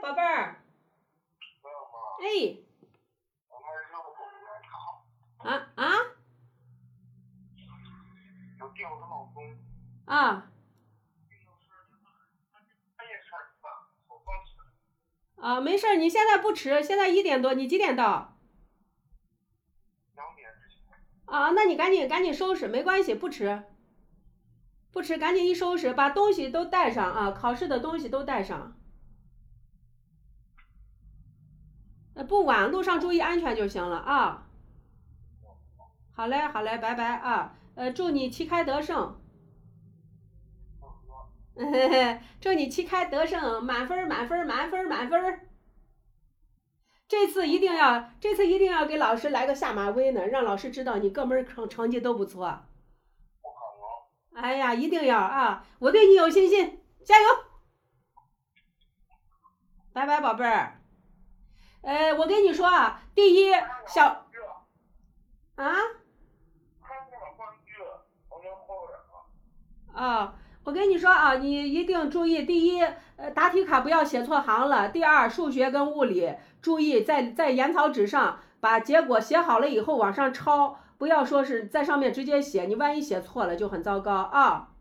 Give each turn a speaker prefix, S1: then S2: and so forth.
S1: 宝贝儿？哎，啊啊啊啊！没事儿，你现在不吃，现在一点多，你几点到？啊，那你赶紧赶紧收拾，没关系，不吃，不吃，赶紧一收拾，把东西都带上啊，考试的东西都带上。呃，不晚，路上注意安全就行了啊。好嘞，好嘞，拜拜啊！呃，祝你旗开得胜， 祝你旗开得胜，满分儿满分儿满分儿满分儿。这次一定要，这次一定要给老师来个下马威呢，让老师知道你各门儿成成绩都不错。哎呀，一定要啊！我对你有信心，加油！拜拜，宝贝儿。呃，我跟你说啊，第一小啊啊，我跟你说啊，你一定注意，第一，呃，答题卡不要写错行了；第二，数学跟物理注意在在研草纸上把结果写好了以后往上抄，不要说是在上面直接写，你万一写错了就很糟糕啊。